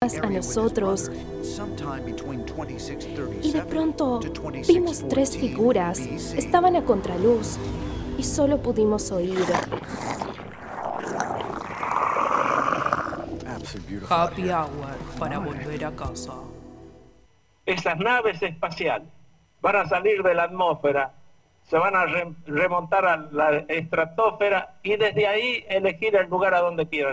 puertas a nosotros y de pronto vimos tres figuras. Estaban a contraluz y solo pudimos oír. Happy hour para volver a casa. Esas naves espaciales van a salir de la atmósfera, se van a re- remontar a la estratosfera y desde ahí elegir el lugar a donde quieran.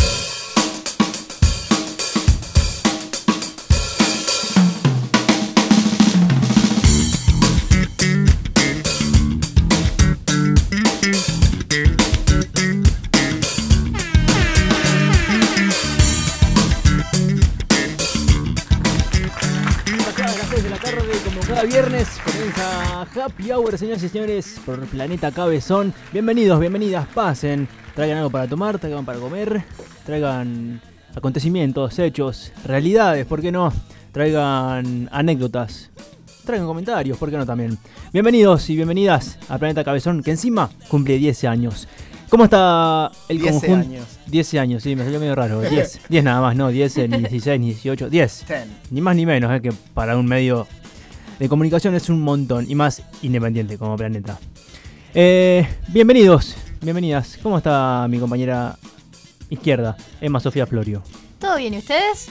Pasadas las 6 de la tarde, como cada viernes, comienza Happy Hour, señores y señores, por el planeta Cabezón. Bienvenidos, bienvenidas, pasen. Traigan algo para tomar, traigan para comer, traigan acontecimientos, hechos, realidades, ¿por qué no? Traigan anécdotas, traigan comentarios, ¿por qué no también? Bienvenidos y bienvenidas a Planeta Cabezón, que encima cumple 10 años. ¿Cómo está el 10 conjunto? años. 10 años, sí, me salió medio raro. 10, 10 nada más, no, 10, eh, ni 16, ni 18, 10. Ten. Ni más ni menos, eh, que para un medio de comunicación es un montón y más independiente como planeta. Eh, bienvenidos, bienvenidas. ¿Cómo está mi compañera izquierda, Emma Sofía Florio? ¿Todo bien? ¿Y ustedes?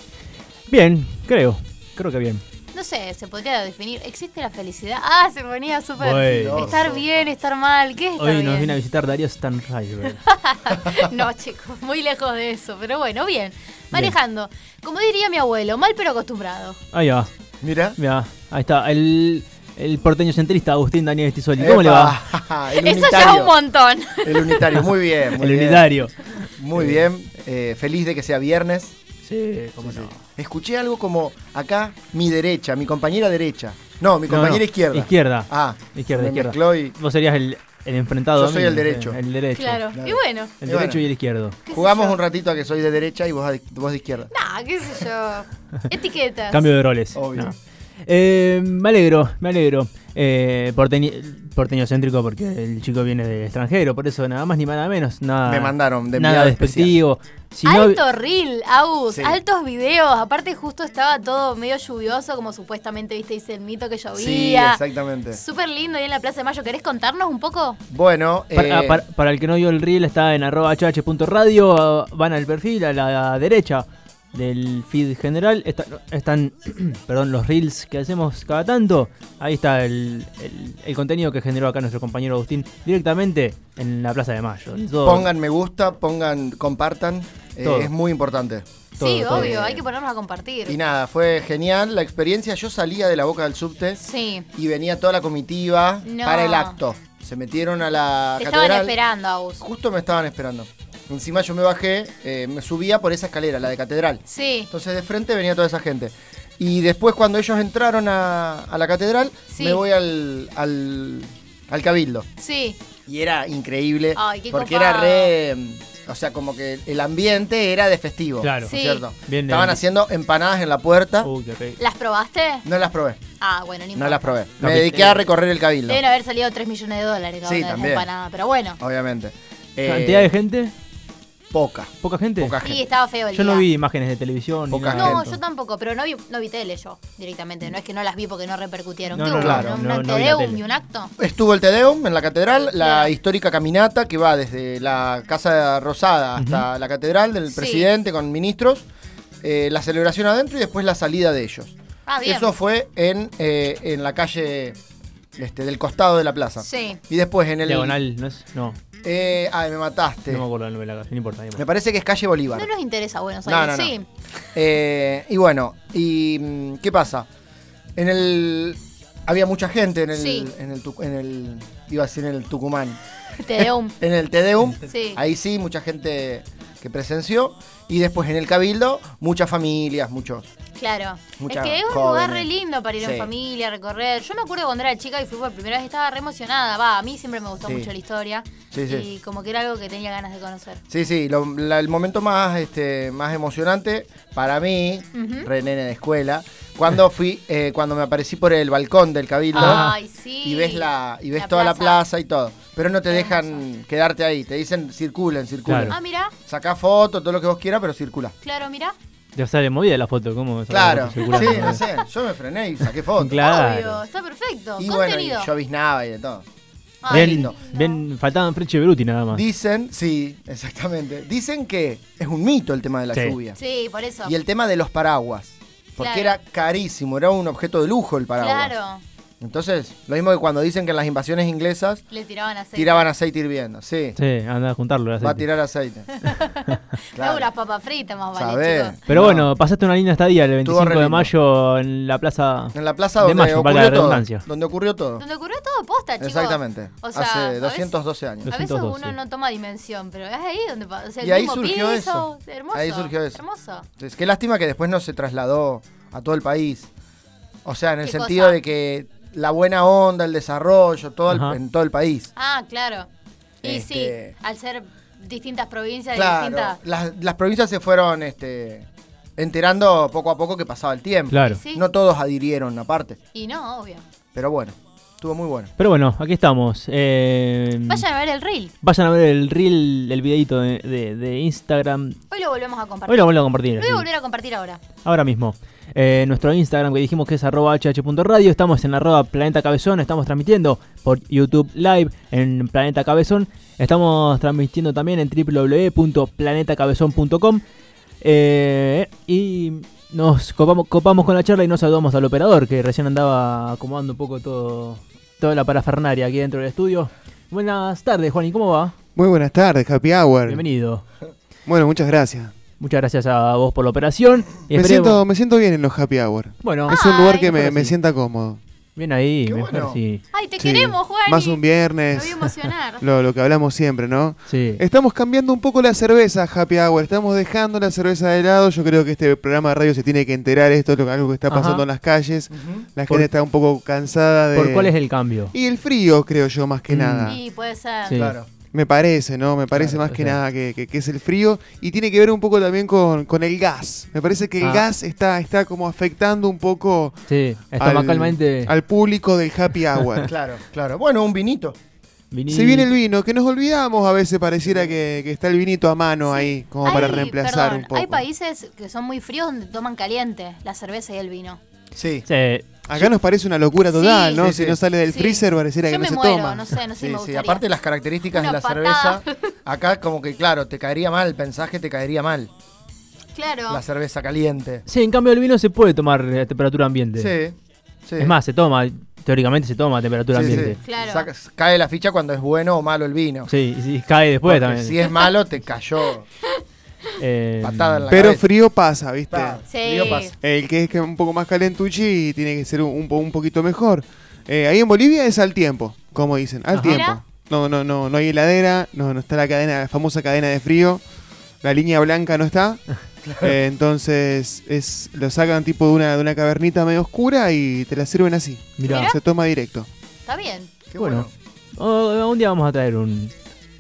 Bien, creo, creo que bien. No sé, se podría definir. ¿Existe la felicidad? Ah, se ponía súper. Bueno. Estar bien, estar mal. ¿Qué es estar Hoy nos bien? viene a visitar Darío Stanriver. no, chicos, muy lejos de eso. Pero bueno, bien. Manejando. Como diría mi abuelo, mal pero acostumbrado. Ahí va, Mira. mira, ahí está, el, el porteño centrista Agustín Daniel Estisoli. ¿Cómo le va? va? Eso ya es un montón. El unitario, muy bien. Muy El bien. unitario. Muy bien. Eh, feliz de que sea viernes. Sí, cómo no. Escuché algo como acá, mi derecha, mi compañera derecha. No, mi compañera No, no, izquierda. Izquierda. Ah, Izquierda, me izquierda. mezcló y Vos serías el, el enfrentado. Yo a mí, soy el eh, derecho. El derecho. Claro. Claro. Y bueno. El Y derecho bueno. y el izquierdo. jugamos un ratito a que soy de derecha y vos, de- vos de izquierda. Nah, qué sé yo. Etiquetas. Cambio de roles. Obvio. No. Eh, me alegro, me alegro. Eh, porteñi- porteño céntrico porque el chico viene del extranjero, por eso nada más ni nada menos. Nada, Me mandaron de nada enviado despectivo. Si no- Alto reel, Agus, Sí. altos videos. Aparte, justo estaba todo medio lluvioso, como supuestamente, viste, dice el mito que llovía. Sí, exactamente. Súper lindo ahí en la Plaza de Mayo. ¿Querés contarnos un poco? Bueno, eh, para, ah, para- para el que no vio el reel, está en arroba hh.radio. ah, Van al perfil, a la derecha del feed general. está- están, perdón, los reels que hacemos cada tanto. Ahí está el, el- el contenido que generó acá nuestro compañero Agustín directamente en la Plaza de Mayo. Todo- pongan me gusta, pongan, compartan. eh, Todo. es muy importante. todo, sí, todo. obvio, hay que ponernos a compartir. Y nada, fue genial la experiencia. Yo salía de la boca del subte Sí. y venía toda la comitiva No. para el acto. Se metieron a la Te estaban catedral. esperando, Agus. Justo me estaban esperando. Encima yo me bajé, eh, me subía por esa escalera, la de catedral. Sí. Entonces de frente venía toda esa gente. Y después cuando ellos entraron a, a la catedral, Sí. me voy al, al, al cabildo. Sí. Y era increíble. Ay, qué porque copado. era re... mm, O sea, como que el ambiente era de festivo. Claro. ¿no es Sí. cierto? Bien, Estaban bien. Uh. haciendo empanadas en la puerta. Uy, qué rico. ¿Las probaste? No las probé. Ah, bueno, ni No las probé. Me No, que- dediqué a recorrer el cabildo. Deben haber salido 3 millones de dólares cada Sí, una de las también. empanadas, pero bueno. Obviamente. Eh, ¿Cantidad de gente? Poca. ¿Poca gente? Poca Sí, gente. estaba feo el Yo día. no vi imágenes de televisión. ni Poca nada. No, gente. yo tampoco, pero no vi, no vi tele yo directamente. No es que no las vi porque no repercutieron. No, ¿Qué no, hubo? claro, ¿Un no, acto no vi la de un tele. y un acto? Estuvo el Tedeum en la catedral, la Bien. histórica caminata que va desde la Casa Rosada hasta la catedral del Sí. presidente con ministros, eh, la celebración adentro y después la salida de ellos. Ah, bien. Eso fue en, eh, en la calle este, del costado de la plaza. Sí. Y después en el... Diagonal, ¿no es? No, Eh, ay, me mataste. no me acuerdo el nombre de la calle, no importa. no importa. Me parece que es calle Bolívar. No nos interesa Buenos No, Aires, no, no. sí. Eh, y bueno, y mm, ¿qué pasa? En el... Había mucha gente en el, Sí. en, el, Tuc- en el... Iba a decir en el Tucumán. Te de un. En el Tedeum. Sí. Ahí sí, mucha gente que presenció. Y después en el Cabildo, muchas familias, muchos. Claro. Mucha es que es un joven, lugar eh. re lindo para ir Sí. en familia, recorrer. Yo me acuerdo cuando era chica y fui por primera vez, estaba re emocionada. Va, a mí siempre me gustó Sí. mucho la historia. Sí, y sí. como que era algo que tenía ganas de conocer. Sí, sí, lo- la- el momento más, este, más emocionante para mí, Ujú. re nene de escuela, cuando fui, eh, cuando me aparecí por el balcón del Cabildo Ay, sí. y ves la, y ves La toda la plaza. plaza y todo. Pero no te dejan quedarte ahí, te dicen circulen, circulen. Claro. Ah, mirá, Sacá fotos, todo lo que vos quieras, pero circula. claro, mirá. Ya sale movida la foto, ¿cómo? es? Claro, sí, Circulando, ¿no? no sé. Yo me frené y saqué fotos. Claro. Obvio, está perfecto. Y bueno, y Contenido. yo avisnaba y de todo. Ay, Bien, lindo. bien, faltaban Freche y Beruti nada más. Dicen, sí, exactamente. Dicen que es un mito el tema de la Sí. lluvia. Sí, por eso. Y el tema de los paraguas. Porque Claro. era carísimo, era un objeto de lujo el paraguas. Claro, Entonces, lo mismo que cuando dicen que en las invasiones inglesas le tiraban aceite. tiraban aceite hirviendo. Sí, Sí, anda a juntarlo. el va a aceite. tirar aceite. Luego las papas fritas más vale, Sabés. chicos. Pero No. bueno, pasaste una linda estadía el Estuvo 25 re de lindo. mayo en la plaza. En la plaza De donde mayo, valga ocurrió la todo. redundancia. Donde ocurrió todo. Donde ocurrió todo posta, chicos. Exactamente. O sea, Hace 212 años. A veces, a veces 212. uno no toma dimensión, pero es ahí donde pasa. O sea, Y el ahí mismo surgió piso, eso. Hermoso. Ahí surgió eso. Hermoso. Entonces, qué lástima que después no se trasladó a todo el país. O sea, en el ¿Qué sentido cosa? de que la buena onda, el desarrollo, todo el- Ajá. en todo el país. Ah, claro. Y sí, Este- al ser distintas provincias, y Claro, distintas. las, las provincias se fueron este, enterando poco a poco que pasaba el tiempo. Claro. Sí. No todos adhirieron aparte, Y no, obvio. pero bueno, estuvo muy bueno. Pero bueno, aquí estamos. eh, Vayan a ver el reel. vayan a ver el reel, el videito de, de- de Instagram. Hoy lo volvemos a compartir. Hoy lo vuelvo a compartir. Lo voy sí. a volver a compartir ahora. Ahora mismo. Eh, nuestro Instagram que dijimos que es arroba hh.radio. Estamos en arroba Planeta Cabezón. Estamos transmitiendo por YouTube Live en Planeta Cabezón. Estamos transmitiendo también en www.planetacabezón.com. Eh, y nos copamos, copamos con la charla y nos saludamos al operador que recién andaba acomodando un poco todo, toda la parafernaria aquí dentro del estudio. Buenas tardes, Juan. ¿Y cómo va? Muy buenas tardes, Happy Hour. Bienvenido. Bueno, muchas gracias. Muchas gracias a vos por la operación. Y Me esperemos- siento, Ah. me siento bien en los Happy Hour. Bueno, Es un lugar Ay, que me, mejor me así. sienta cómodo. bien ahí. Qué mejor bueno. sí. Ay, te Sí. queremos, Juan. Más un Me viernes. voy a emocionar. Lo, lo que hablamos siempre, ¿no? Sí. Estamos cambiando un poco la cerveza, Happy Hour. Estamos dejando la cerveza de lado. Yo creo que este programa de radio se tiene que enterar esto, es lo, algo que está Ajá. pasando en las calles. La Por- gente está un poco cansada de... ¿Por cuál es el cambio? Y el frío, creo yo, más que Mm. nada. Y puede ser. Sí. Claro. Me parece, ¿no? Me parece más que o sea. nada que, que- que es el frío y tiene que ver un poco también con, con el gas. Me parece que el Ah. gas está, está como afectando un poco Sí, estomacalmente. al público del happy hour. Claro, claro. Bueno, un vinito. vinil. Se viene el vino, que nos olvidamos a veces, pareciera que, que está el vinito a mano ahí, como para Hay- reemplazar perdón, un poco. Hay países que son muy fríos donde toman caliente la cerveza y el vino. Sí. Sí, Acá nos parece una locura Sí. total, ¿no? Sí, Si sí. no sale del Sí. freezer, pareciera Yo que no me se muero, toma. no sé, no sé, Sí, me sí, gustaría. aparte las características Una de la patada. cerveza, acá como que claro, te caería mal, pensás que te caería mal Claro. la cerveza caliente. Sí, en cambio el vino se puede tomar a temperatura ambiente. Sí, sí. Es más, se toma, teóricamente se toma a temperatura Sí, sí. ambiente. Claro. Sacas- cae la ficha cuando es bueno o malo el vino. Sí, y si cae después Porque también. si es malo, te cayó Eh, patada en la Pero cabeza. frío pasa, ¿viste? Pa, Sí. frío pasa. El que es que un poco más calentucci tiene que ser un, un po- un poquito mejor. Eh, ahí en Bolivia es al tiempo, como dicen, al Ajá. tiempo. Mira. No, no, no, no hay heladera, no, no está la cadena, la famosa cadena de frío, la línea blanca no está. Eh, entonces es, lo sacan tipo de una, de una cavernita medio oscura y te la sirven así. Mirá. Mirá. Se toma directo. Está bien. Qué bueno. O- Oh, un día vamos a traer un,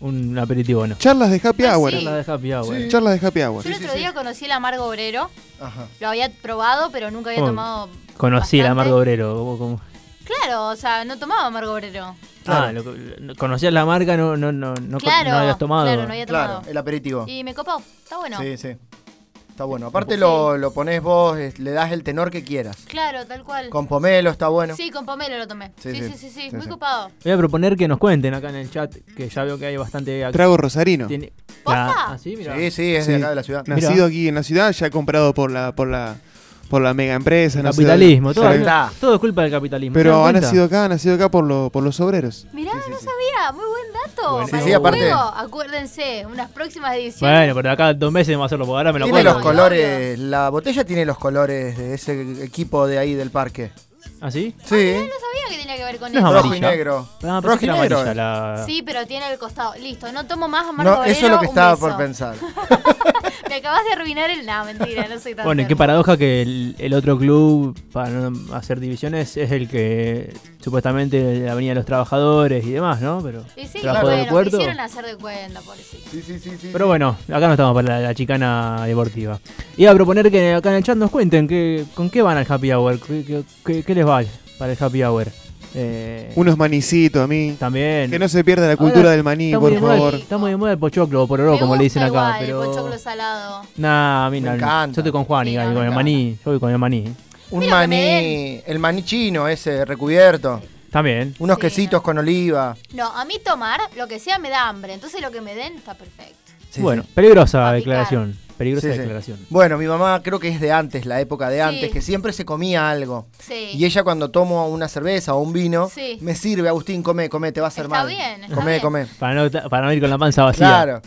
un aperitivo, bueno. Charlas de happy Ah, hour. sí. Charla de happy hour. Sí. Charlas de happy hour. Pues Yo el otro día conocí el amargo obrero. Ajá. Lo había probado, pero nunca había Oh, tomado. Conocí el bastante. amargo obrero. como- como- Claro, o sea, no tomaba amargo obrero. Ah, lo que- lo- conocías la marca, no, no, no, no, claro. no habías tomado. Claro, no había Claro, tomado. el aperitivo. Y me copó. Está bueno. Sí, sí. Está bueno. Aparte lo, lo pones vos, es- le das el tenor que quieras. Claro, tal cual. Con pomelo está bueno. Sí, con pomelo lo tomé. Sí, Sí, sí, sí. sí, sí. Sí, Muy sí. copado. Voy a proponer que nos cuenten acá en el chat, que ya veo que hay bastante... actividad. Trago rosarino. Tiene... ¿Posta? Ah, ah, sí, mirá. Sí, sí, es de Sí. acá de la ciudad. Mirá. Nacido aquí en la ciudad, ya comprado por la, por la, por la mega empresa. no sé dónde. capitalismo, Ya todo, lo- está. todo es culpa del capitalismo. ¿se Pero dan han cuenta? nacido acá, han nacido acá por, lo- por los obreros. Mirá, no sabía. Muy buen dato. Bueno. Para Sí, sí, el aparte- juego, acuérdense, unas próximas ediciones. Bueno, pero de acá a dos meses vamos a hacerlo, porque ahora me lo Tiene cuento. los colores, la botella tiene los colores de ese equipo de ahí del parque. ¿Ah, sí? Sí, Eh, No sabía que tenía que ver con No es eso. amarilla. rojo y negro. Ah, pensé rojo que y era negro. amarilla la... Sí, pero tiene el costado. Listo, no tomo más amargo No, eso es lo obrero, que un estaba beso. por pensar. Me acabas de arruinar el. No, mentira, no soy tan. Bueno, y qué terca. paradoja que el, el otro club, para no hacer divisiones, es el que supuestamente la Avenida de los Trabajadores y demás, ¿no? Pero, Y sí, Trabajo bueno, del puerto. quisieron hacer de cuenta, pobrecito. Sí, sí, sí, sí. pero bueno, acá no estamos para la, la chicana deportiva. Iba a proponer que acá en el chat nos cuenten que, con qué van al happy hour, qué, qué- qué- qué les va para el happy hour. Eh, Unos manicitos a mí. También. Que no se pierda la cultura Ahora, del maní, está muy por de moda- favor. Está muy de moda el pochoclo o pororó, Me como le dicen gusta acá. igual el pero... pochoclo salado. Nah, a mí Me no, encanta. Yo estoy con Juan y Sí, no, con me el maní. Yo voy con el maní. Un Mira, maní, el maní chino ese recubierto, También. unos Sí. quesitos con oliva. No, a mí tomar lo que sea me da hambre, entonces lo que me den está perfecto. Sí, bueno, sí. peligrosa Pa' picar. declaración. Peligrosa Sí, sí. declaración. Bueno, mi mamá creo que es de antes, la época de antes, Sí. que siempre se comía algo. Sí. Y ella cuando tomo una cerveza o un vino, Sí. me sirve, Agustín, come, come, te va a hacer Está mal. bien, está come, bien. come. Para no, para no ir con la panza vacía. Claro.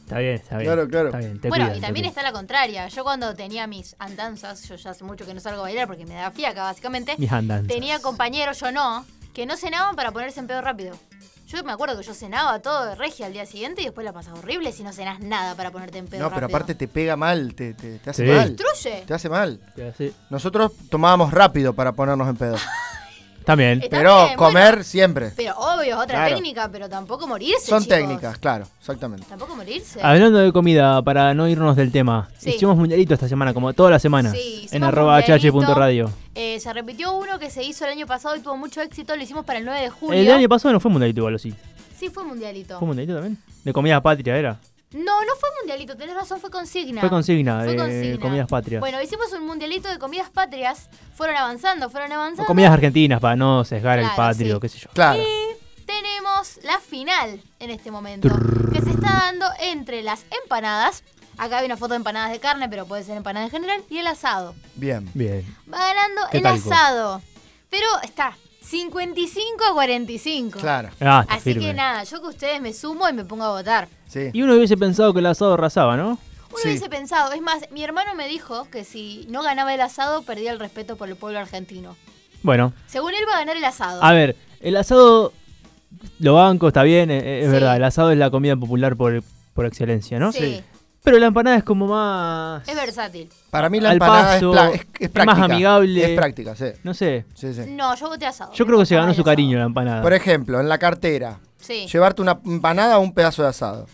Está bien, está bien. Claro, claro. Está bien, te bueno, cuidan, y te también cuidan. está la contraria. Yo cuando tenía mis andanzas, yo ya hace mucho que no salgo a bailar porque me da fiaca, básicamente. Mis andanzas. Tenía compañeros, yo no, que no cenaban para ponerse en pedo rápido. Yo me acuerdo que yo cenaba todo de regia al día siguiente y después la pasas horrible si no cenas nada para ponerte en pedo No, pero rápido. aparte te pega mal, te, te- te hace Sí. mal. Destruye. Te hace mal. Sí. Nosotros tomábamos rápido para ponernos en pedo. También. Está Pero bien, comer bueno. siempre. Pero obvio, es otra Claro. técnica, pero tampoco morirse. Son chicos. técnicas, claro, exactamente. Tampoco morirse. Hablando de comida, para no irnos del tema, Sí. hicimos mundialito esta semana, como todas las semanas, Sí, en somos arroba mundialito. hh.radio. Eh, se repitió uno que se hizo el año pasado y tuvo mucho éxito, lo hicimos para el 9 de julio. El año pasado no fue mundialito igual, ¿o sí? Sí, fue mundialito. ¿Fue mundialito también? De comidas patrias era. No, no fue mundialito, tenés razón, fue consigna. Fue consigna Fue de consigna. comidas patrias. Bueno, hicimos un mundialito de comidas patrias, fueron avanzando, fueron o avanzando. comidas argentinas para no sesgar el Claro, patrio, sí. qué sé yo. Claro. Tenemos la final en este momento, que se está dando entre las empanadas, acá hay una foto de empanadas de carne, pero puede ser empanada en general, y el asado. Bien. Bien. Va ganando ¿Qué el tal, Nico? asado, pero está 55 a 45. Claro. Ah, está Así firme. que nada, yo que ustedes me sumo y me pongo a votar. Sí. Y uno hubiese pensado que el asado arrasaba, ¿no? Uno Sí. hubiese pensado, es más, mi hermano me dijo que si no ganaba el asado, perdía el respeto por el pueblo argentino. Bueno, Según él, va a ganar el asado. a ver, el asado lo banco, está bien, eh, es Sí. verdad, el asado es la comida popular por, por excelencia, ¿no? Sí, Pero la empanada es como más... es versátil. Para mí la Al empanada es, paso, pla- es- es es más práctica. amigable. Es práctica, sí. No sé, Sí, sí. No, yo voté asado. yo Me creo que se gustaba ganó el su asado. cariño la empanada. Por ejemplo, en la cartera, Sí. llevarte una empanada o un pedazo de asado.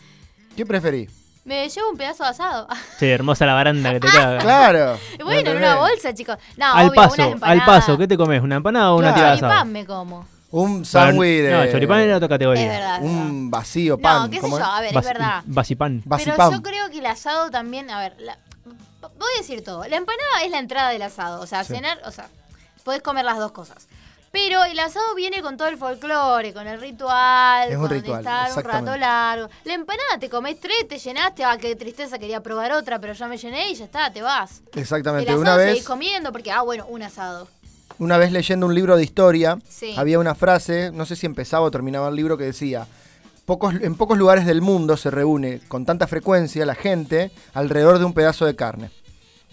¿Qué preferís? Me llevo un pedazo de asado. Sí, hermosa la baranda que te queda. Claro. bueno, en ¿entendés? una bolsa, chicos. No, al Ah, obvio, unas paso, al empanadas. paso, ¿qué te comes? ¿Una empanada o una Claro. tirada de Choripán asado? me como. Un sándwich de... No, el choripán era otra Es categoría. verdad. es verdad. Un vacío pan. no, qué sé ¿cómo yo, es? a ver, Vas- es verdad. Vasipán. Vasipán. Pero yo creo que el asado también, a ver, la- voy a decir todo. La empanada es la entrada del asado, o sea, cenar, o sea, podés comer las dos cosas. Pero el asado viene con todo el folclore, con el ritual, Es un con ritual, estar un rato exactamente. largo. La empanada te comés tres, te llenaste, ah, qué tristeza, quería probar otra, pero ya me llené y ya está, te vas. El Exactamente. asado Una seguís vez, comiendo porque, ah, bueno, un asado. una vez leyendo un libro de historia, Sí. había una frase, no sé si empezaba o terminaba el libro, que decía... Pocos, en pocos lugares del mundo se reúne con tanta frecuencia la gente alrededor de un pedazo de carne.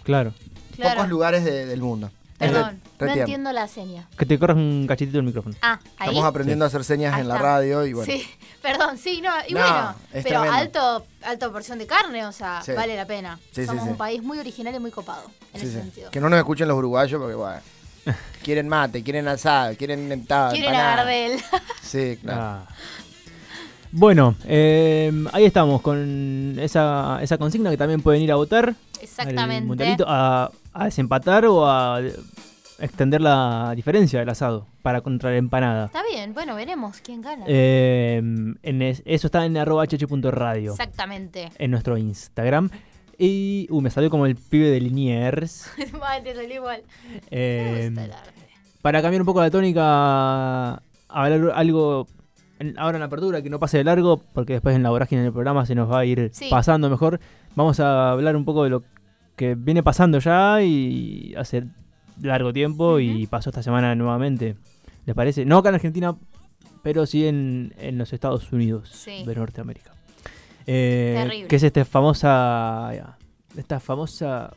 Claro. Claro. Pocos lugares de- del mundo. Es re- Perdón, re no tierno. entiendo la seña. Que te corras un cachetito el micrófono. Ah, ahí. Estamos aprendiendo a hacer señas Ahí en la está. radio y bueno. Sí, perdón, sí, no, y No, bueno, es pero tremendo. alto, alta porción de carne, o sea, Sí. vale la pena. Sí, sí, Somos sí. un país muy original y muy copado, en Sí, ese sí. sentido. Que no nos escuchen los uruguayos porque, bueno, quieren mate, quieren asado, quieren mentada, Quieren a empanada. Gardel. Sí, claro. Ah. Bueno, eh, ahí estamos con esa, esa consigna que también pueden ir a votar. al Exactamente. mundialito, a, a desempatar o a extender la diferencia del asado para contra la empanada. Está bien, bueno, veremos quién gana. Eh, en es- eso está en arroba hh.radio. Exactamente. en nuestro Instagram. Y. Uh, me salió como el pibe de Liniers. Ay, te salió igual. Me Eh, gusta el arte. para cambiar un poco la tónica, hablar algo en- ahora en la apertura que no pase de largo, porque después en la vorágine del programa se nos va a ir Sí. pasando mejor. Vamos a hablar un poco de lo que viene pasando ya y hace largo tiempo y pasó esta semana nuevamente. ¿Les parece? No acá en Argentina, pero sí en, en los Estados Unidos Sí. de Norteamérica. Eh, Terrible. Que es esta famosa. Esta famosa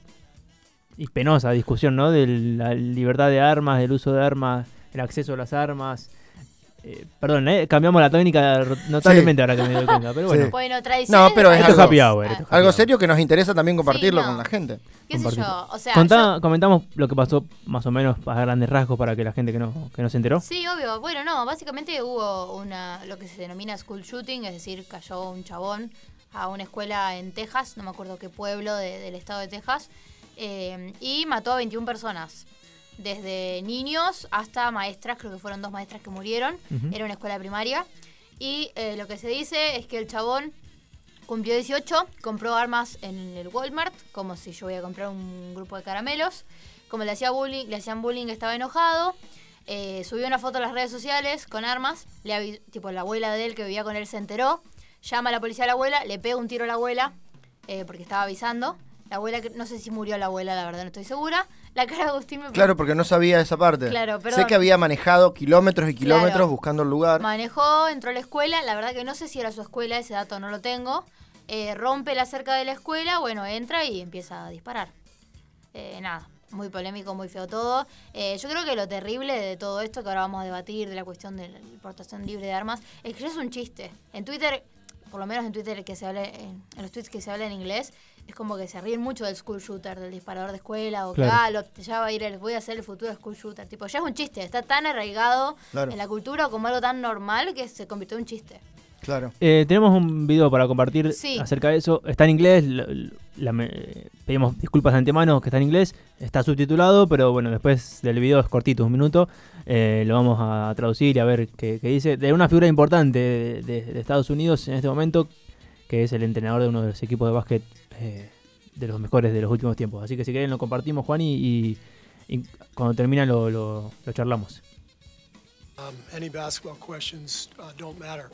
y penosa discusión, ¿no? De la libertad de armas, del uso de armas, el acceso a las armas. Eh, perdón, ¿eh? cambiamos la tónica notablemente ahora que me doy cuenta, pero bueno. Sí. Bueno, tradiciones. No, pero de es Esto es países. algo- happy hour. Ah, esto es happy Algo hour. serio que nos interesa también compartirlo no. con la gente. ¿Qué sé compartido. yo? O sea, Contá- Comentamos lo que pasó más o menos a grandes rasgos para que la gente que no, que no se enteró. Sí, obvio. Bueno, no, básicamente hubo una lo que se denomina school shooting, es decir, cayó un chabón a una escuela en Texas, no me acuerdo qué pueblo de- del estado de Texas, eh, y mató a 21 personas. desde niños hasta maestras, creo que fueron dos maestras que murieron, Ujú. era una escuela primaria, y eh, lo que se dice es que el chabón cumplió 18, compró armas en el Walmart, como si yo voy a comprar un grupo de caramelos, como le, hacía bullying, le hacían bullying estaba enojado, eh, subió una foto a las redes sociales con armas, le avi- tipo la abuela de él que vivía con él se enteró, llama a la policía a la abuela, le pega un tiro a la abuela, eh, porque estaba avisando. La abuela, que- no sé si murió la abuela, la verdad no estoy segura. La cara de Agustín me Claro, porque no sabía esa parte. Claro, perdón. sé que había manejado kilómetros y kilómetros Claro. buscando el lugar. manejó, entró a la escuela, la verdad que no sé si era su escuela, ese dato no lo tengo. Eh, rompe la cerca de la escuela, bueno, entra y empieza a disparar. Eh, nada, muy polémico, muy feo todo. Eh, yo creo que lo terrible de todo esto que ahora vamos a debatir, de la cuestión de la importación libre de armas, es que ya es un chiste. En Twitter, por lo menos en Twitter que se habla, en, en los tweets que se habla en inglés, es como que se ríen mucho del school shooter, del disparador de escuela, o que Claro. "Ah, lo- ya va a ir el, voy a ser el futuro school shooter. Tipo, ya es un chiste, está tan arraigado Claro. en la cultura como algo tan normal que se convirtió en un chiste. Claro. Eh, tenemos un video para compartir Sí. acerca de eso. Está en inglés. la- la- me- pedimos disculpas de antemano que está en inglés. Está subtitulado, pero bueno, después del video es cortito, un minuto. eh, lo vamos a traducir y a ver qué, qué dice. De una figura importante de, de- de Estados Unidos en este momento, que es el entrenador de uno de los equipos de básquet eh, de los mejores de los últimos tiempos. Así que si quieren lo compartimos, Juan, y, y- y cuando termina lo, lo- lo charlamos. any basketball questions uh, don't matter.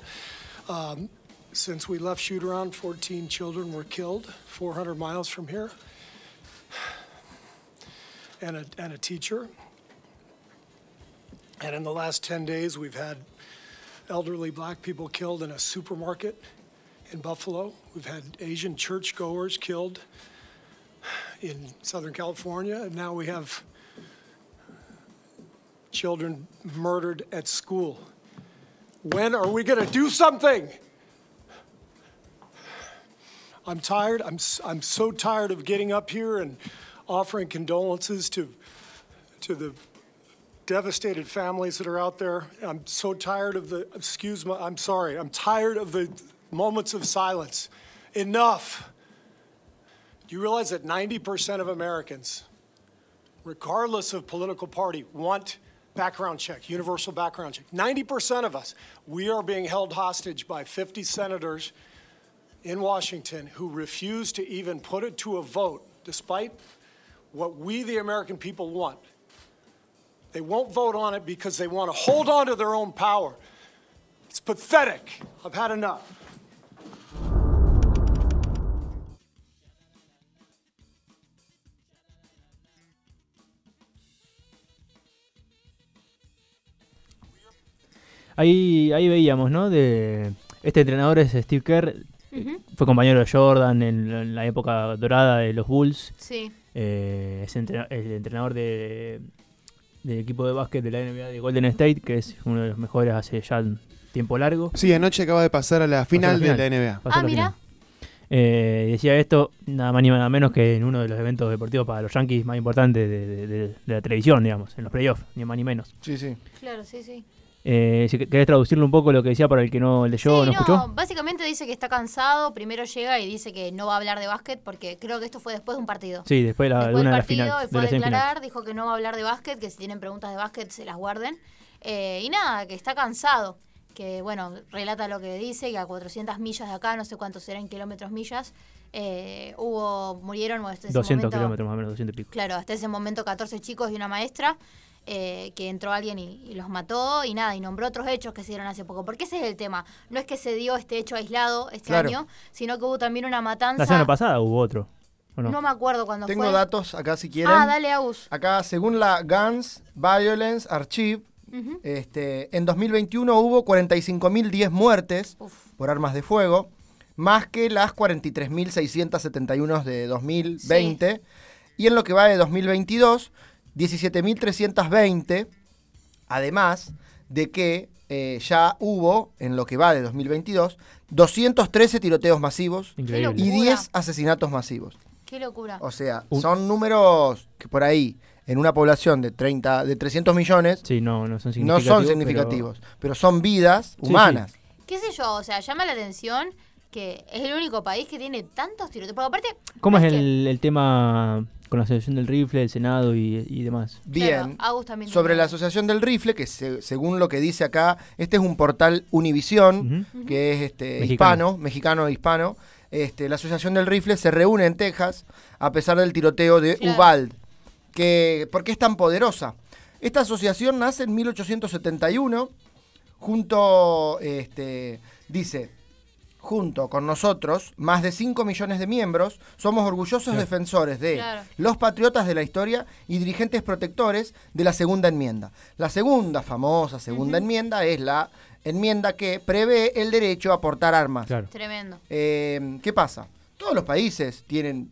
Um, since we left shoot around, 14 children were killed, 400 miles from here, and a, and a teacher. And in the last 10 days, we've had elderly black people killed in a supermarket in Buffalo. We've had Asian churchgoers killed in Southern California, and now we have children murdered at school. When are we going to do something? I'm tired. I'm, s- I'm so tired of getting up here and offering condolences to, to the devastated families that are out there. I'm so tired of the, excuse me, I'm sorry. I'm tired of the moments of silence. Enough. Do you realize that 90% of Americans regardless of political party, want background check, universal background check. 90% of us, we are being held hostage by 50 senators in Washington who refuse to even put it to a vote, despite what we, the American people, want. They won't vote on it because they want to hold on to their own power. It's pathetic. I've had enough. Ahí, ahí veíamos, ¿no? De este entrenador es Steve Kerr. Fue compañero de Jordan en, en la época dorada de los Bulls. Sí. Eh, es entrena- el entrenador de, del equipo de básquet de la NBA de Golden State, que es uno de los mejores hace ya un tiempo largo. Sí, anoche acaba de pasar a la final, final. de la NBA. Pasó Ah, la mira. final. Eh, decía esto nada más ni nada menos que en uno de los eventos deportivos para los Yankees más importantes de, de- de- de la televisión, digamos, en los playoffs, ni más ni menos. Sí, sí. Claro, sí, sí. Eh, si querés traducirle un poco lo que decía para el que no leyó o no, escuchó. básicamente dice que está cansado, primero llega y dice que no va a hablar de básquet porque creo que esto fue después de un partido. Sí, después, la- de Después una del de las partido, finales. él de fue a las semifinales. declarar, dijo que no va a hablar de básquet, que si tienen preguntas de básquet se las guarden. Eh, y nada, que está cansado. Que bueno, relata lo que dice, que a 400 millas de acá, no sé cuántos serán kilómetros millas, eh, hubo, murieron o hasta ese 200 momento- kilómetros más o menos, 200 y pico. Claro, hasta ese momento 14 chicos y una maestra, eh, que entró alguien y, y los mató y nada, y nombró otros hechos que se dieron hace poco. Porque ese es el tema. No es que se dio este hecho aislado este Claro. año, sino que hubo también una La matanza. semana pasada hubo otro. ¿o no? no me acuerdo cuándo Tengo fue. datos acá si quieren. Ah, dale, Agus. Acá, según la Guns Violence Archive, este, en 2021 hubo 45.010 muertes Uf. por armas de fuego, más que las 43.671 de 2020. Y en lo que va de 2022, 17.320. Además de que eh, ya hubo, en lo que va de 2022, 213 tiroteos masivos Increíble. y Locura. 10 asesinatos masivos. Qué locura. O sea, Un- son números que por ahí, en una población de 30, de 300 millones, Sí, no, no son no significativos. son pero- significativos, pero, son vidas sí. humanas. ¿Qué sé yo? O sea, llama la atención que es el único país que tiene tantos tiroteos. Porque aparte. ¿Cómo no es que- el, el tema con la Asociación del Rifle, el Senado y, y demás. Bien. Claro, Agus también tiene Sobre la algo. Asociación del Rifle, que se- según lo que dice acá, este es un portal Univisión, que es este Mexicano. hispano, mexicano e hispano. Este, la Asociación del Rifle se reúne en Texas a pesar del tiroteo de Claro. Uvalde. Que, ¿Por qué es tan poderosa? Esta asociación nace en 1871 junto, este, dice, junto con nosotros, más de 5 millones de miembros, somos orgullosos defensores de Claro. los patriotas de la historia y dirigentes protectores de la segunda enmienda. La segunda famosa segunda enmienda es la enmienda que prevé el derecho a portar armas. Claro. Tremendo. Eh, ¿Qué pasa? Todos los países tienen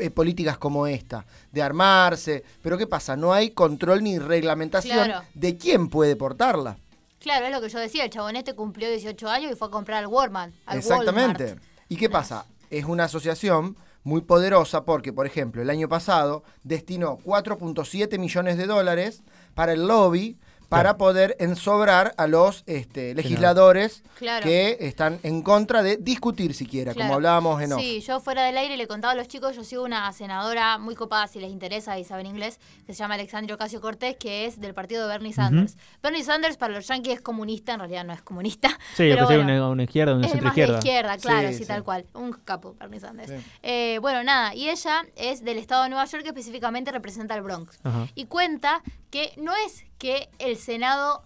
eh, políticas como esta, de armarse, pero ¿qué pasa? No hay control ni reglamentación Claro. de quién puede portarla. Claro, es lo que yo decía, el chabonete cumplió 18 años y fue a comprar al Walmart. Al Exactamente. Walmart. ¿Y qué pasa? Es una asociación muy poderosa porque, por ejemplo, el año pasado destinó 4.7 millones de dólares para el lobby para poder ensobrar a los este, legisladores Claro. que están en contra de discutir siquiera, como hablábamos en off. Sí, yo fuera del aire le contaba a los chicos, yo sigo una senadora muy copada, si les interesa y saben inglés, que se llama Alexandria Ocasio Cortés, que es del partido de Bernie Sanders. Bernie Sanders para los yanquis es comunista, en realidad no es comunista. Sí, pero pensé bueno. una, una izquierda, una Es más de centroizquierda. izquierda, claro, Sí, sí, sí. tal cual. Un capo, Bernie Sanders. Eh, bueno, nada, y ella es del estado de Nueva York, que específicamente representa al Bronx. Ajá. Y cuenta que no es que el Senado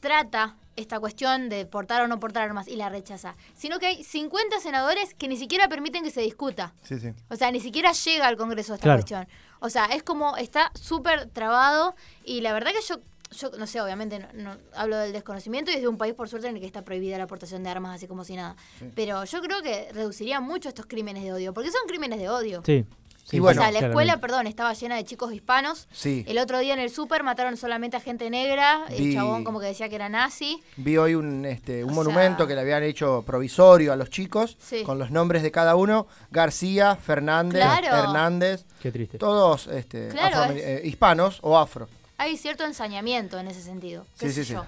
trata esta cuestión de portar o no portar armas y la rechaza, sino que hay 50 senadores que ni siquiera permiten que se discuta. Sí, sí. O sea, ni siquiera llega al Congreso esta Claro. cuestión. O sea, es como está súper trabado y la verdad que yo, yo no sé, obviamente no, no- hablo del desconocimiento y es de un país por suerte en el que está prohibida la aportación de armas así como si nada. Pero yo creo que reduciría mucho estos crímenes de odio, porque son crímenes de odio. Sí. sí, Y bueno, o sea, la escuela, claramente. perdón, estaba llena de chicos hispanos. Sí. El otro día en el súper mataron solamente a gente negra. Vi- El chabón como que decía que era nazi. Vi hoy un, este, un O monumento sea- que le habían hecho provisorio a los chicos, Sí. con los nombres de cada uno, García, Fernández, Claro. Hernández, Qué triste. todos este, Claro, afroamer- es- eh, hispanos o afro. Hay cierto ensañamiento en ese sentido. ¿Qué Sí, sé sí, sí. yo?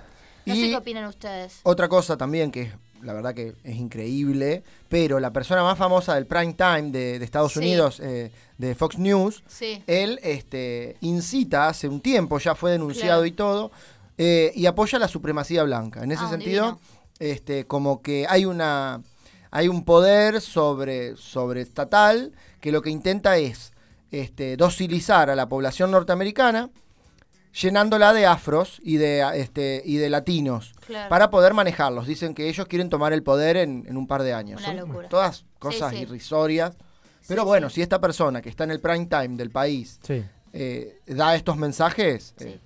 No Y- sé qué opinan ustedes. Otra cosa también que es, la verdad que es increíble, pero la persona más famosa del prime time de, de Estados Sí. Unidos, eh, de Fox News, Sí. él este, incita hace un tiempo, ya fue denunciado Claro. y todo, eh, y apoya la supremacía blanca. En ese Ah, un sentido, divino. este, como que hay una hay un poder sobre, sobre estatal que lo que intenta es este, docilizar a la población norteamericana llenándola de afros y de, a- este, y de latinos Claro. para poder manejarlos. Dicen que ellos quieren tomar el poder en, en un par de años. Una Son locura. todas cosas Sí, sí. irrisorias. Pero bueno, si esta persona que está en el prime time del país Sí. eh, da estos mensajes, eh,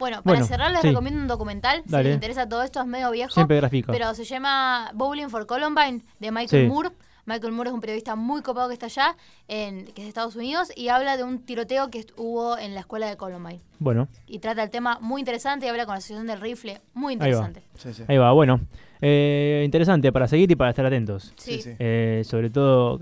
Bueno, para Bueno, cerrar les sí. recomiendo un documental, si Dale. les interesa todo esto, es medio viejo. Siempre grafica. Pero se llama Bowling for Columbine, de Michael Sí. Moore. Michael Moore es un periodista muy copado que está allá, en, que es de Estados Unidos, y habla de un tiroteo que est- hubo en la escuela de Columbine. Bueno, Y trata el tema muy interesante y habla con la asociación del rifle, muy Ahí va. interesante. sí, sí. ahí va. Bueno, eh, interesante para seguir y para estar atentos. Sí, Sí, sí. Eh, sobre todo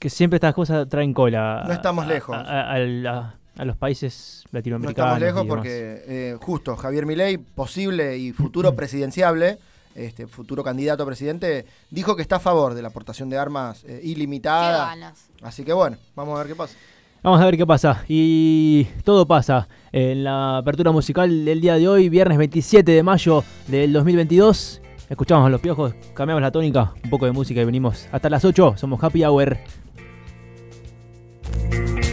que siempre estas cosas traen cola. No estamos a- lejos. A, a- al- a- a los países no latinoamericanos. estamos lejos y demás. porque eh, justo Javier Milei, posible y Mm. futuro presidenciable, este futuro candidato a presidente, dijo que está a favor de la aportación de armas eh, qué ilimitada. ganas. Así que bueno, vamos a ver qué pasa. Vamos a ver qué pasa. Y todo pasa en la apertura musical del día de hoy, viernes 27 de mayo del 2022. Escuchamos a los piojos, cambiamos la tónica, un poco de música y venimos hasta las 8. Somos Happy Hour